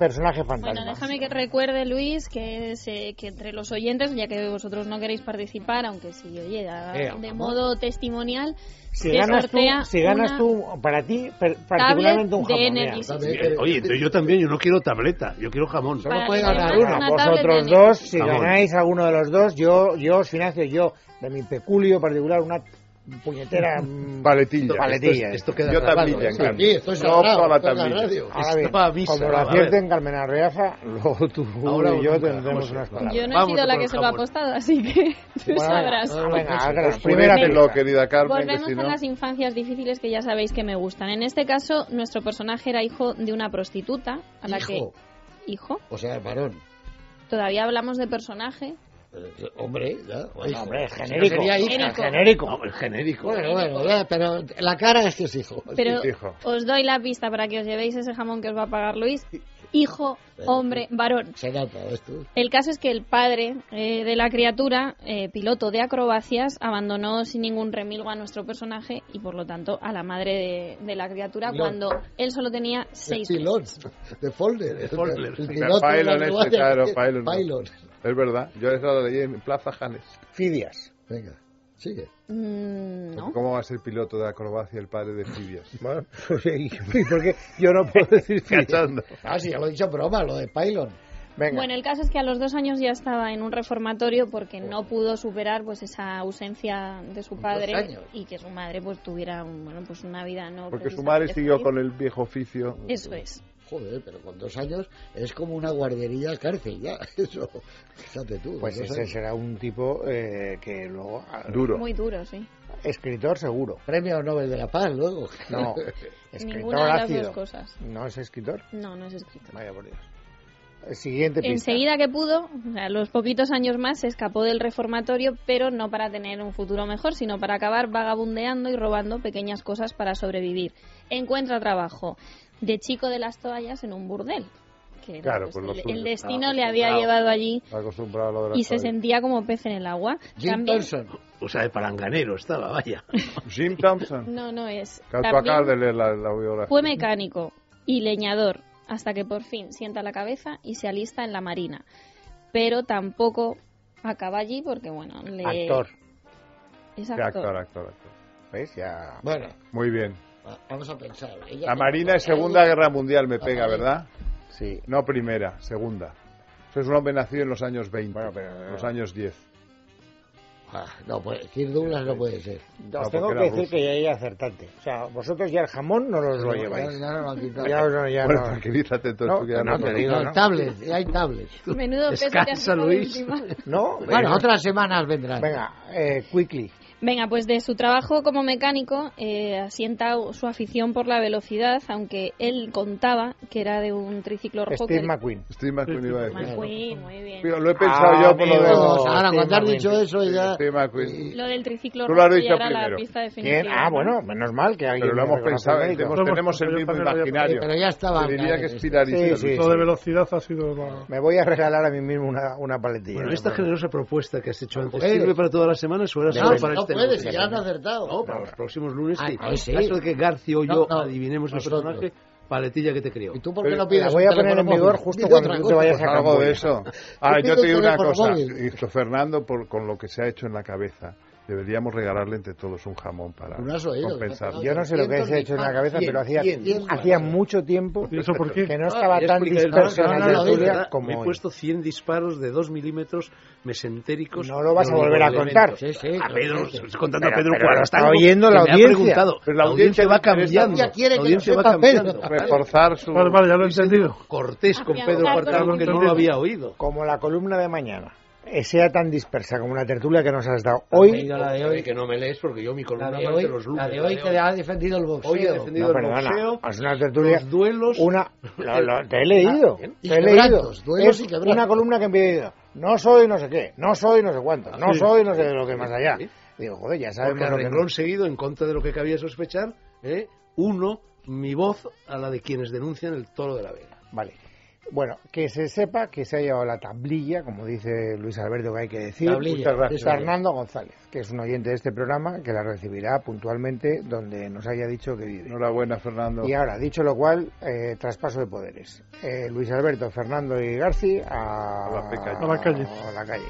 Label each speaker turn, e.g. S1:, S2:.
S1: personaje fantasma.
S2: Bueno, déjame que recuerde, Luis, que, es, eh, que entre los oyentes, ya que vosotros no queréis participar, aunque sí, oye, da-
S1: Eh,
S2: de
S1: vamos.
S2: modo testimonial,
S1: si
S2: se
S1: ganas, tú,
S2: sortea
S1: si ganas
S2: una
S1: tú, para ti, per- particularmente un
S2: de
S1: jamón. mira.
S2: Energy System.
S3: Bien, Oye, entonces yo también, yo no quiero tableta, yo quiero jamón.
S2: Para
S1: puede
S2: que
S1: ganar
S2: tengas
S1: uno.
S2: una tablet de
S1: Vosotros
S2: Energy
S1: dos, si
S3: Jamón.
S1: ganáis alguno de los dos, yo, yo os financio yo, de mi peculio particular, una puñetera mm,
S4: Paletilla.
S1: paletilla.
S3: Esto queda
S4: Yo
S3: grabado,
S4: tablilla,
S3: ¿eh?
S4: claro.
S3: Sí, esto es
S4: No
S3: sagrado,
S4: para
S3: esto es la
S4: tablilla.
S3: radio.
S1: Ahora bien,
S3: Esto va a misa,
S1: como lo
S3: va, a ver.
S1: acierten Carmen Arreaza, luego tú
S3: Ahora
S1: y yo
S3: nunca,
S1: tendremos
S3: vamos a
S1: unas
S3: ver.
S1: palabras.
S2: Yo no he
S3: Vamos
S2: sido
S3: a
S2: la
S3: por
S2: que
S3: el
S2: se lo ha
S3: jamón.
S2: apostado, así que tú
S1: Bueno,
S2: sabrás.
S1: venga,
S3: Pues
S1: venga, al grano. primera
S2: Pues
S4: Oscurece-lo,
S1: película.
S4: querida Carmen, que
S2: Volvemos
S4: si
S2: a
S4: no...
S2: las infancias difíciles que ya sabéis que me gustan. En este caso, nuestro personaje era hijo de una prostituta a la
S3: Hijo,
S2: que hijo.
S3: o sea, varón.
S2: Todavía hablamos de personaje.
S3: Eh, Hombre, ya. o hijo.
S1: Hombre,
S3: Si no
S1: genérico,
S3: sería hijo.
S2: Genérico.
S1: genérico.
S3: No, el genérico.
S2: Bueno,
S3: Bueno,
S2: bueno,
S3: bueno, pero la cara es que es hijo.
S2: Pero
S4: Pues hijo.
S2: os doy la pista para que os llevéis ese jamón que os va a pagar Luis. Hijo,
S3: Pero-
S2: hombre, varón.
S3: Se nota, ¿ves tú?
S2: El caso es que el padre eh, de la criatura, eh, piloto de acrobacias, abandonó sin ningún remilgo a nuestro personaje y, por lo tanto, a la madre de, de la criatura
S3: No.
S2: cuando él solo tenía seis meses.
S3: El pilón, de folder. el- folder. El De
S4: Pylon
S3: piloto de la
S4: este,
S3: nueva-
S4: claro, Pylon, ¿no?
S3: Pylon.
S4: Es verdad, yo eso lo leí en Plaza Janes.
S1: Fidias.
S3: Venga, sigue.
S2: Mm, no.
S4: ¿Cómo va a ser piloto de acrobacia el padre de Fidias?
S1: Bueno, pues, porque yo no puedo decir Fidias.
S4: Cachando.
S3: Ah, sí, ya lo he dicho en broma, lo de Pylon.
S1: Venga,
S2: Bueno, el caso es que a los dos años ya estaba en un reformatorio porque no pudo superar pues esa ausencia de su padre
S3: años.
S2: y que su madre pues tuviera un- bueno pues una vida no
S4: Porque su madre
S2: precisamente
S4: siguió
S2: feliz.
S4: con el viejo oficio.
S2: eso es.
S3: Joder, pero con dos años es como una guardería cárcel, ya. Eso, fíjate tú.
S1: pues
S3: dos
S1: ese
S3: años.
S1: será un tipo eh, que luego...
S4: Duro.
S2: Muy duro, sí.
S1: Escritor seguro.
S3: Premio Nobel de la Paz, luego.
S1: No,
S2: Ninguna de
S1: escritor
S2: las
S1: ácido.
S2: dos cosas.
S1: No es escritor.
S2: No, no es escrito.
S1: Vaya por Dios. Eh, Siguiente pista.
S2: Enseguida que pudo, o sea, a los poquitos años más, se escapó del reformatorio, pero no para tener un futuro mejor, sino para acabar vagabundeando y robando pequeñas cosas para sobrevivir. Encuentra trabajo de chico de las toallas en un burdel. Que era,
S4: Claro,
S2: pues,
S4: pues lo
S2: el-
S4: suyo,
S2: el,
S4: estaba
S2: destino le había
S4: acostumbrado.
S2: llevado allí
S4: Acostumbrado a lo de la
S2: y se
S4: toalla.
S2: sentía como pez en el agua.
S3: Jim
S2: También-
S3: Thompson.
S5: O sea, de palanganero estaba, vaya.
S4: Jim Thompson.
S2: No, no es.
S4: Que tú
S2: También
S4: acabas de leer la, la biografía.
S2: fue mecánico y leñador hasta que por fin sienta la cabeza y se alista en la marina. Pero tampoco acaba allí porque, bueno, le...
S1: Actor.
S2: Es
S4: Sí,
S2: actor.
S4: actor, actor, actor.
S1: ¿Ves? Ya...
S3: Bueno,
S4: Muy bien.
S3: va- Ah, vamos a pensar. Ella-
S4: La Marina es Segunda Guerra Mundial, me
S3: La
S4: pega,
S3: Marina.
S4: ¿verdad?
S1: Sí.
S4: No primera, segunda. Eso es un hombre nacido en los años 20,
S1: Bueno, pero-
S4: los años 10.
S3: Ah, no, pues Kirk Douglas no puede ser.
S1: Os
S4: No,
S1: tengo que
S4: porque era
S1: decir
S4: ruso.
S1: que ya hay acertante. O sea, vosotros ya el jamón no os lo
S3: Ya-
S1: lleváis.
S3: ya no lo han quitado.
S1: Ya, os- no, ya
S4: bueno,
S1: no.
S4: tranquilízate entonces.
S1: No,
S4: tú que ya
S1: no te
S4: lo-
S1: digo.
S3: No,
S1: ¿no?
S3: tablets, ya hay tablets.
S2: Menudo peso te has
S5: Descansa,
S2: quitado
S5: Luis.
S2: encima.
S1: No,
S3: Bueno,
S1: venga,
S3: otras semanas vendrán.
S1: venga, eh, quickly.
S2: Venga, pues de su trabajo como mecánico eh, asienta su afición por la velocidad, aunque él contaba que era de un triciclo rojo.
S1: Steve
S2: que-
S1: McQueen.
S4: Steve McQueen iba a decir.
S2: McQueen, muy bien.
S4: Pero Lo he pensado
S1: Ah,
S4: yo por lo
S1: amigo.
S4: de...
S3: Todos, ahora,
S1: Steve
S3: cuando has
S1: McQueen.
S3: dicho eso, ya.
S4: Steve McQueen.
S2: Lo del triciclo
S4: Tú lo
S2: rojo
S4: has
S2: ya
S4: dicho
S2: era la
S4: primero.
S2: pista definitiva.
S1: ¿Quién? Ah,
S2: ¿no?
S1: bueno, menos mal que alguien.
S4: Pero lo hemos
S1: reconoce
S4: pensado,
S1: el
S4: eh,
S1: mérito.
S4: tenemos,
S6: Somos-
S4: tenemos el
S6: yo
S4: mismo
S6: también lo había
S4: imaginario.
S3: Pero ya estaba.
S4: Te diría que es Pilar y
S1: Sí,
S4: Ciro.
S1: sí.
S6: Lo de velocidad ha sido la...
S1: Me voy a regalar a mí mismo una, una paletilla.
S5: Bueno, esta generosa propuesta que has hecho antes,
S3: Joder.
S5: ¿sirve para todas las semanas o era
S3: No,
S5: solo
S3: no,
S5: para este
S3: puedes,
S5: lunes?
S3: ya has acertado.
S5: No, para los próximos lunes,
S3: Ah,
S5: sí.
S3: ah, sí.
S5: En caso de que García o
S3: No,
S5: yo
S3: no,
S5: adivinemos el
S3: nosotros.
S5: personaje, paletilla que te crió.
S3: ¿Y tú por qué
S4: Pero
S3: no pides?
S1: la
S3: un
S1: voy a poner
S3: teléfono
S1: en vigor
S3: móvil?
S1: justo
S3: Pide
S1: cuando
S3: otra
S1: tú te
S3: cosa,
S1: vayas
S3: por
S1: a
S3: favor.
S4: algo de eso. Ah, yo te digo una
S3: Teléfono
S4: cosa.
S3: móvil.
S4: Hijo Fernando, por, con lo que se ha hecho en la cabeza, deberíamos regalarle entre todos un jamón para
S3: No has oído,
S4: compensar.
S3: no te-
S1: Yo no sé lo que
S3: Cientos
S1: se ha hecho en la
S3: de-
S1: cabeza,
S5: Ah, cien,
S1: pero hacía,
S5: cien,
S3: cien.
S1: hacía mucho tiempo
S6: ¿Y eso por qué?
S1: que no estaba
S5: Ya
S1: tan
S5: Ah, explica el
S1: disperso en
S5: García,
S1: la
S3: no, no, no,
S1: tertulia
S5: ¿verdad?
S1: como
S5: Me he
S1: hoy.
S5: puesto 100 disparos de 2 milímetros mesentéricos.
S1: No lo vas
S5: de
S1: a volver a
S5: oligoelementos.
S1: contar.
S3: Sí, sí.
S5: A Pedro, contando
S1: Pero-
S5: a Pedro
S1: pero lo
S5: Cuadra,
S1: está
S5: tanto
S1: oyendo
S5: que
S1: la
S5: me ha
S1: audiencia.
S5: preguntado.
S4: Pero
S5: la audiencia va cambiando.
S3: Ya quiere que
S5: La audiencia
S3: lo
S5: va
S3: sepa Pedro.
S5: cambiando.
S4: Reforzar su...
S6: Vale, vale, ya lo he entendido.
S5: Cortés con
S2: Afianzar
S5: Pedro
S2: con
S5: Cuartado
S2: el
S5: que no lo
S6: contenido.
S5: había oído.
S1: Como la columna de mañana. eh, Sea tan dispersa como la tertulia que nos has dado hoy.
S3: La de
S5: Oye,
S3: hoy,
S5: eh, que no me lees porque yo mi
S3: la
S5: columna
S3: de
S5: va
S3: hoy,
S5: de los lunes.
S3: la de hoy que ha defendido el boxeo.
S5: Hoy he
S1: No,
S5: defendido el
S1: perdona.
S5: boxeo,
S1: Es una tertulia.
S5: los duelos.
S1: Una, lo- lo- te he leído.
S3: Y
S1: te he leído.
S3: quebrantos, duelos
S1: Es
S3: y quebrantos.
S1: una columna que empieza no soy no sé qué, no soy no sé cuánto, no
S6: Sí.
S1: soy no sé lo que más allá.
S5: Sí.
S1: Digo, joder, ya
S5: Porque
S1: sabemos
S5: a
S1: lo que
S5: renglón seguido, en contra de lo que cabía sospechar, ¿eh? uno, mi voz a la de quienes denuncian el toro de la vega.
S1: Vale. Bueno, que se sepa que se ha llevado la tablilla, como dice Luis Alberto que hay que decir,
S3: Tablilla,
S1: Muchas gracias.
S3: eso es.
S1: Fernando González, que es un oyente de este programa, que la recibirá puntualmente donde nos haya dicho que vive.
S4: Enhorabuena, Fernando.
S1: Y ahora, dicho lo cual, eh, traspaso de poderes. Eh, Luis Alberto, Fernando y Garci a,
S4: A la calle.
S6: A la calle.
S1: a la calle.